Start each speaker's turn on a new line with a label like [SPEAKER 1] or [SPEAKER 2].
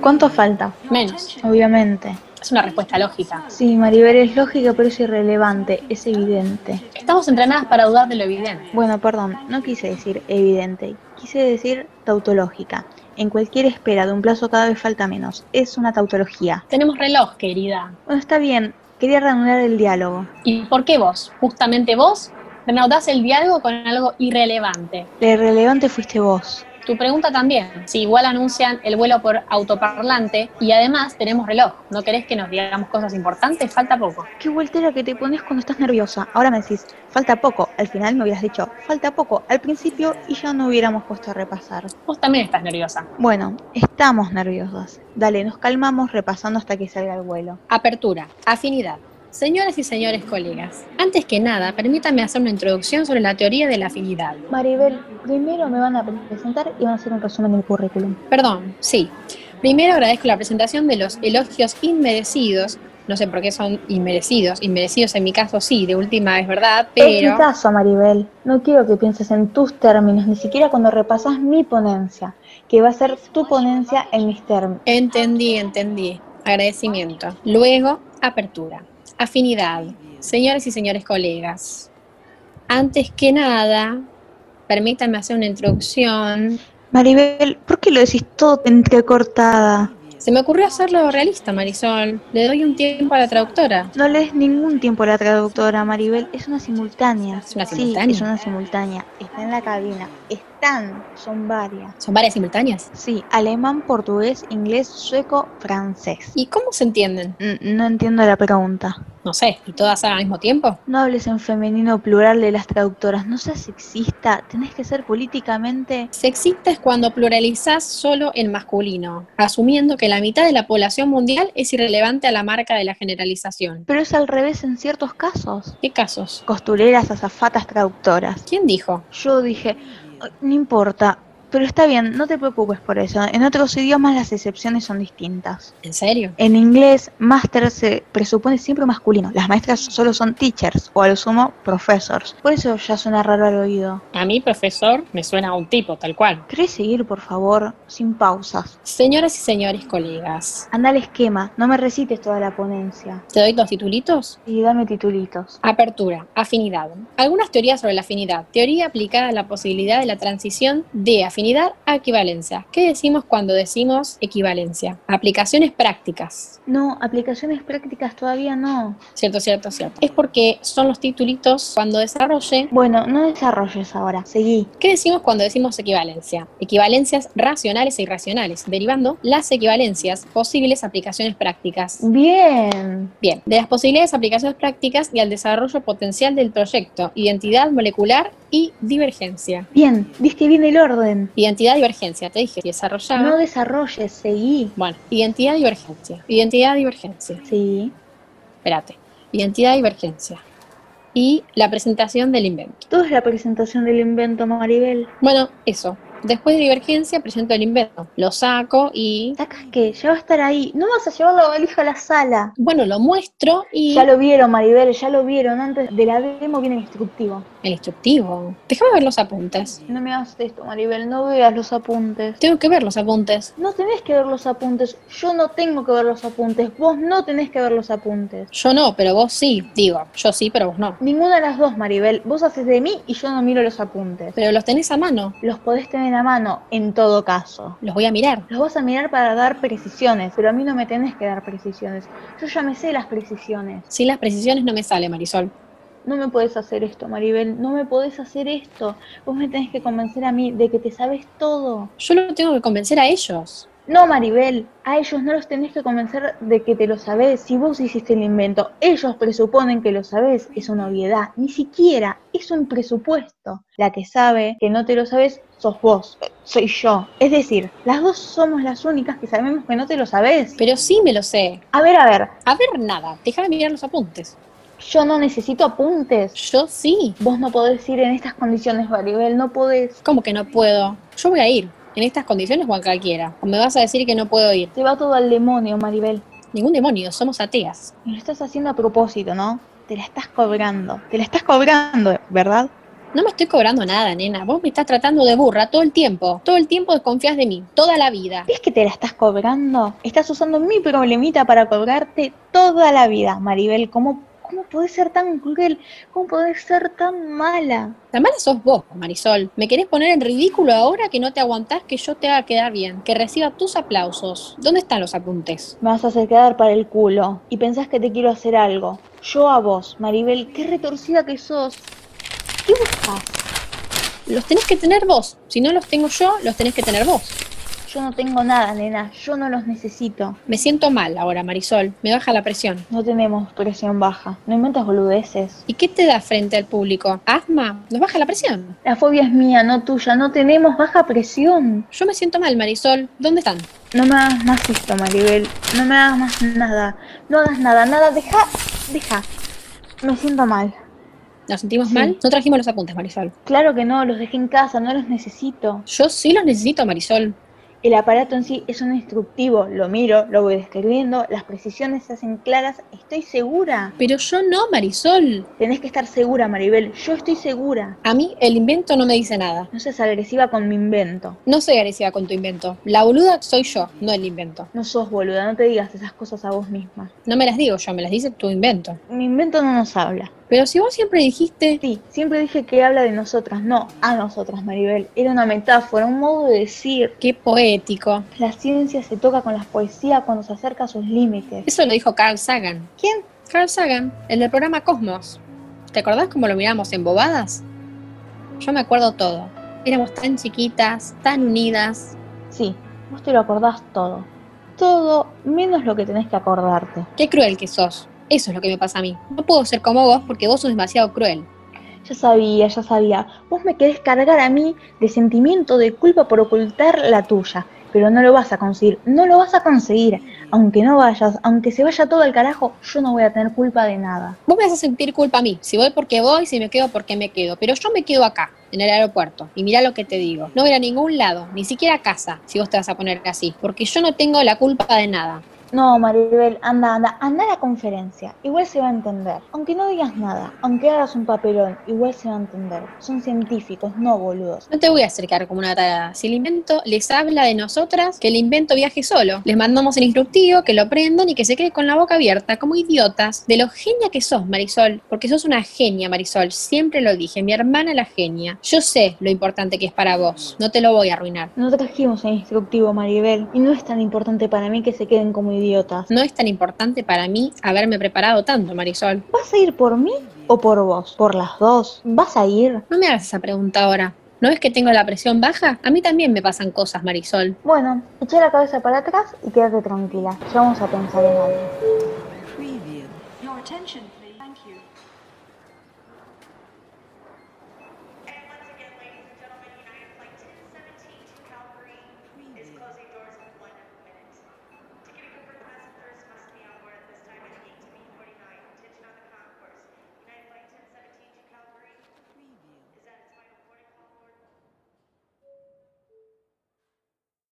[SPEAKER 1] ¿Cuánto falta?
[SPEAKER 2] Menos.
[SPEAKER 1] Obviamente.
[SPEAKER 2] Es una respuesta lógica.
[SPEAKER 1] Sí, Maribel, es lógica, pero es irrelevante, es evidente.
[SPEAKER 2] Estamos entrenadas para dudar de lo evidente.
[SPEAKER 1] Bueno, perdón, no quise decir evidente, quise decir tautológica. En cualquier espera de un plazo cada vez falta menos. Es una tautología.
[SPEAKER 2] Tenemos reloj, querida.
[SPEAKER 1] Bueno, está bien, quería reanudar el diálogo.
[SPEAKER 2] ¿Y por qué vos? Justamente vos reanudás el diálogo con algo irrelevante.
[SPEAKER 1] La irrelevante fuiste vos.
[SPEAKER 2] Tu pregunta también, si igual anuncian el vuelo por autoparlante y además tenemos reloj, ¿no querés que nos digamos cosas importantes? Falta poco.
[SPEAKER 1] Qué voltera que te pones cuando estás nerviosa. Ahora me decís, falta poco. Al final me hubieras dicho, falta poco al principio y ya no hubiéramos puesto a repasar.
[SPEAKER 2] Vos también estás nerviosa.
[SPEAKER 1] Bueno, estamos nerviosas. Dale, nos calmamos repasando hasta que salga el vuelo.
[SPEAKER 2] Apertura, afinidad. Señoras y señores colegas, antes que nada, permítanme hacer una introducción sobre la teoría de la afinidad.
[SPEAKER 1] Maribel, primero me van a presentar y van a hacer un resumen del currículum.
[SPEAKER 2] Perdón, sí. Primero agradezco la presentación de los elogios inmerecidos. No sé por qué son inmerecidos. Inmerecidos en mi caso sí, de última es verdad,
[SPEAKER 1] En
[SPEAKER 2] pero...
[SPEAKER 1] tu caso, Maribel, no quiero que pienses en tus términos, ni siquiera cuando repasas mi ponencia, que va a ser tu ponencia en mis términos.
[SPEAKER 2] Entendí, entendí. Agradecimiento. Luego, apertura. Afinidad. Señores y señores colegas, antes que nada, permítanme hacer una introducción.
[SPEAKER 1] Maribel, ¿por qué lo decís todo entrecortada?
[SPEAKER 2] Se me ocurrió hacerlo realista, Marisol. Le doy un tiempo a la traductora.
[SPEAKER 1] No lees ningún tiempo a la traductora, Maribel. Es una simultánea.
[SPEAKER 2] ¿Es una
[SPEAKER 1] Sí,
[SPEAKER 2] simultánea?
[SPEAKER 1] es una simultánea. Está en la cabina. Están, son varias.
[SPEAKER 2] Son varias simultáneas.
[SPEAKER 1] Sí, alemán, portugués, inglés, sueco, francés.
[SPEAKER 2] ¿Y cómo se entienden?
[SPEAKER 1] N- No entiendo la pregunta.
[SPEAKER 2] No sé, ¿y todas al mismo tiempo?
[SPEAKER 1] No hables en femenino plural de las traductoras. No seas sexista. Tenés que ser políticamente.
[SPEAKER 2] Sexista es cuando pluralizás solo en masculino, asumiendo que la mitad de la población mundial es irrelevante a la marca de la generalización.
[SPEAKER 1] Pero es al revés en ciertos casos.
[SPEAKER 2] ¿Qué casos?
[SPEAKER 1] Costureras, azafatas, traductoras.
[SPEAKER 2] ¿Quién dijo?
[SPEAKER 1] Yo dije, "Ay, no importa. Pero está bien, no te preocupes por eso. En otros idiomas las excepciones son distintas.
[SPEAKER 2] ¿En serio?
[SPEAKER 1] En inglés, master se presupone siempre masculino. Las maestras solo son teachers o a lo sumo professors. Por eso ya suena raro al oído.
[SPEAKER 2] A mí, profesor, me suena a un tipo, tal cual.
[SPEAKER 1] ¿Querés seguir, por favor? Sin pausas.
[SPEAKER 2] Señoras y señores colegas,
[SPEAKER 1] Anda al esquema, no me recites toda la ponencia.
[SPEAKER 2] ¿te doy dos titulitos?
[SPEAKER 1] Y dame titulitos.
[SPEAKER 2] Apertura, afinidad. Algunas teorías sobre la afinidad. Teoría aplicada a la posibilidad de la transición de afinidad a equivalencia. ¿Qué decimos cuando decimos equivalencia? Aplicaciones prácticas.
[SPEAKER 1] No, aplicaciones prácticas todavía no.
[SPEAKER 2] Cierto, cierto, cierto. Es porque son los titulitos cuando desarrolle.
[SPEAKER 1] Bueno, no desarrolles ahora. Seguí.
[SPEAKER 2] ¿Qué decimos cuando decimos equivalencia? Equivalencias racionales e irracionales, derivando las equivalencias, posibles aplicaciones prácticas.
[SPEAKER 1] Bien.
[SPEAKER 2] Bien, de las posibilidades de aplicaciones prácticas y al desarrollo potencial del proyecto, identidad molecular y divergencia.
[SPEAKER 1] Bien, diste bien el orden.
[SPEAKER 2] Identidad divergencia, te dije, desarrollaba.
[SPEAKER 1] No desarrolles, seguí.
[SPEAKER 2] Bueno, identidad divergencia. Identidad divergencia.
[SPEAKER 1] Sí.
[SPEAKER 2] Espérate. Identidad divergencia. Y la presentación del invento.
[SPEAKER 1] Todo es la presentación del invento, Maribel.
[SPEAKER 2] Bueno, eso. Después de divergencia presento el invento. Lo saco y
[SPEAKER 1] ¿Sacas qué? Ya va a estar ahí. No vas a llevar la valija a la sala.
[SPEAKER 2] bueno, lo muestro y
[SPEAKER 1] Ya lo vieron, Maribel, ya lo vieron. Antes de la demo viene el instructivo.
[SPEAKER 2] el instructivo. Déjame ver los apuntes.
[SPEAKER 1] No me hagas esto, Maribel, no veas los apuntes.
[SPEAKER 2] Tengo que ver los apuntes.
[SPEAKER 1] No tenés que ver los apuntes. Yo no tengo que ver los apuntes. Vos no tenés que ver los apuntes.
[SPEAKER 2] Yo no, pero vos sí. Digo, yo sí, pero vos no.
[SPEAKER 1] Ninguna de las dos, Maribel. Vos haces de mí y yo no miro los apuntes.
[SPEAKER 2] Pero los tenés a mano.
[SPEAKER 1] Los podés tener a mano, en todo caso.
[SPEAKER 2] Los voy a mirar.
[SPEAKER 1] Los vas a mirar para dar precisiones, pero a mí no me tenés que dar precisiones. Yo ya me sé las precisiones.
[SPEAKER 2] Sin las precisiones no me sale, Marisol.
[SPEAKER 1] No me podés hacer esto, Maribel, no me podés hacer esto. Vos me tenés que convencer a mí de que te sabes todo.
[SPEAKER 2] Yo lo tengo que convencer a ellos.
[SPEAKER 1] No, Maribel, a ellos no los tenés que convencer de que te lo sabés si vos hiciste el invento. Ellos presuponen que lo sabés, es una obviedad, ni siquiera, es un presupuesto. La que sabe que no te lo sabés sos vos, eh, soy yo. Es decir, las dos somos las únicas que sabemos que no te lo sabés.
[SPEAKER 2] Pero sí me lo sé.
[SPEAKER 1] A ver, a ver,
[SPEAKER 2] A ver, nada. Déjame mirar los apuntes.
[SPEAKER 1] yo no necesito apuntes.
[SPEAKER 2] Yo sí.
[SPEAKER 1] Vos no podés ir en estas condiciones, Maribel, no podés.
[SPEAKER 2] ¿Cómo que no puedo? Yo voy a ir. En estas condiciones o en cualquiera. O me vas a decir que no puedo ir.
[SPEAKER 1] Se va todo al demonio, Maribel.
[SPEAKER 2] Ningún demonio, somos ateas.
[SPEAKER 1] Me lo estás haciendo a propósito, ¿no? Te la estás cobrando. Te la estás cobrando, ¿verdad?
[SPEAKER 2] No me estoy cobrando nada, nena. Vos me estás tratando de burra todo el tiempo. Todo el tiempo desconfías de mí. Toda la vida.
[SPEAKER 1] ¿Ves que te la estás cobrando? Estás usando mi problemita para cobrarte toda la vida, Maribel. ¿Cómo, cómo podés ser tan cruel? ¿Cómo podés ser tan mala?
[SPEAKER 2] La mala sos vos, Marisol. Me querés poner en ridículo ahora que no te aguantás que yo te haga quedar bien, que reciba tus aplausos. ¿Dónde están los apuntes?
[SPEAKER 1] Me vas a hacer quedar para el culo y pensás que te quiero hacer algo. Yo a vos, Maribel. Qué retorcida que sos. ¿Qué buscas?
[SPEAKER 2] Los tenés que tener vos. Si no los tengo yo, los tenés que tener vos.
[SPEAKER 1] Yo no tengo nada, nena. Yo no los necesito.
[SPEAKER 2] Me siento mal ahora, Marisol. Me baja la presión.
[SPEAKER 1] No tenemos presión baja. No inventas boludeces.
[SPEAKER 2] ¿Y qué te da frente al público? ¿Asma? ¿Nos baja la presión?
[SPEAKER 1] La fobia es mía, no tuya. No tenemos baja presión.
[SPEAKER 2] Yo me siento mal, Marisol. ¿Dónde están?
[SPEAKER 1] No me hagas más esto, Maribel. No me hagas más nada. No hagas nada, nada. Deja, deja. Me siento mal.
[SPEAKER 2] ¿Nos sentimos
[SPEAKER 1] Sí.
[SPEAKER 2] mal? No trajimos los apuntes, Marisol.
[SPEAKER 1] Claro que no, los dejé en casa, no los necesito.
[SPEAKER 2] Yo sí los necesito, Marisol.
[SPEAKER 1] El aparato en sí es un instructivo, lo miro, lo voy describiendo, las precisiones se hacen claras, estoy segura.
[SPEAKER 2] Pero yo no, Marisol.
[SPEAKER 1] Tenés que estar segura, Maribel, yo estoy segura.
[SPEAKER 2] A mí el invento no me dice nada.
[SPEAKER 1] No seas agresiva con mi invento.
[SPEAKER 2] No soy agresiva con tu invento. La boluda soy yo, no el invento.
[SPEAKER 1] No sos boluda, no te digas esas cosas a vos misma.
[SPEAKER 2] No me las digo yo, me las dice tu invento.
[SPEAKER 1] Mi invento no nos habla.
[SPEAKER 2] Pero si vos siempre dijiste...
[SPEAKER 1] Sí, siempre dije que habla de nosotras, no a nosotras, Maribel. Era una metáfora, un modo de decir.
[SPEAKER 2] Qué poético.
[SPEAKER 1] La ciencia se toca con la poesía cuando se acerca a sus límites.
[SPEAKER 2] Eso lo dijo Carl Sagan.
[SPEAKER 1] ¿Quién?
[SPEAKER 2] Carl Sagan, el del programa Cosmos. ¿Te acordás cómo lo mirábamos en bobadas? Yo me acuerdo todo. Éramos tan chiquitas, tan unidas.
[SPEAKER 1] Sí, vos te lo acordás todo. Todo menos lo que tenés que acordarte.
[SPEAKER 2] Qué cruel que sos. Eso es lo que me pasa a mí. No puedo ser como vos porque vos sos demasiado cruel.
[SPEAKER 1] Ya sabía, ya sabía. Vos me querés cargar a mí de sentimiento de culpa por ocultar la tuya. Pero no lo vas a conseguir, no lo vas a conseguir. Aunque no vayas, aunque se vaya todo al carajo, yo no voy a tener culpa de nada.
[SPEAKER 2] Vos me haces sentir culpa a mí. Si voy porque voy, si me quedo porque me quedo. Pero yo me quedo acá, en el aeropuerto. Y mirá lo que te digo. No voy a ir a ningún lado, ni siquiera a casa, si vos te vas a poner así. Porque yo no tengo la culpa de nada.
[SPEAKER 1] No, Maribel, anda, anda, anda a la conferencia. Igual se va a entender. Aunque no digas nada, aunque hagas un papelón, igual se va a entender. Son científicos, no boludos.
[SPEAKER 2] No te voy a acercar como una tarada. Si el invento les habla de nosotras, que el invento viaje solo. Les mandamos el instructivo, que lo prendan y que se quede con la boca abierta, como idiotas. De lo genia que sos, Marisol. Porque sos una genia, Marisol. Siempre lo dije. Mi hermana la genia. Yo sé lo importante que es para vos. No te lo voy a arruinar.
[SPEAKER 1] No trajimos el instructivo, Maribel. Y no es tan importante para mí que se queden como idiotas.
[SPEAKER 2] No es tan importante para mí haberme preparado tanto, Marisol.
[SPEAKER 1] ¿Vas a ir por mí o por vos? Por las dos. ¿Vas a ir?
[SPEAKER 2] No me hagas esa pregunta ahora. ¿No ves que tengo la presión baja? A mí también me pasan cosas, Marisol.
[SPEAKER 1] Bueno, eché la cabeza para atrás y quédate tranquila. Ya vamos a pensar en algo.
[SPEAKER 3] preview. Your attention, please. Thank you.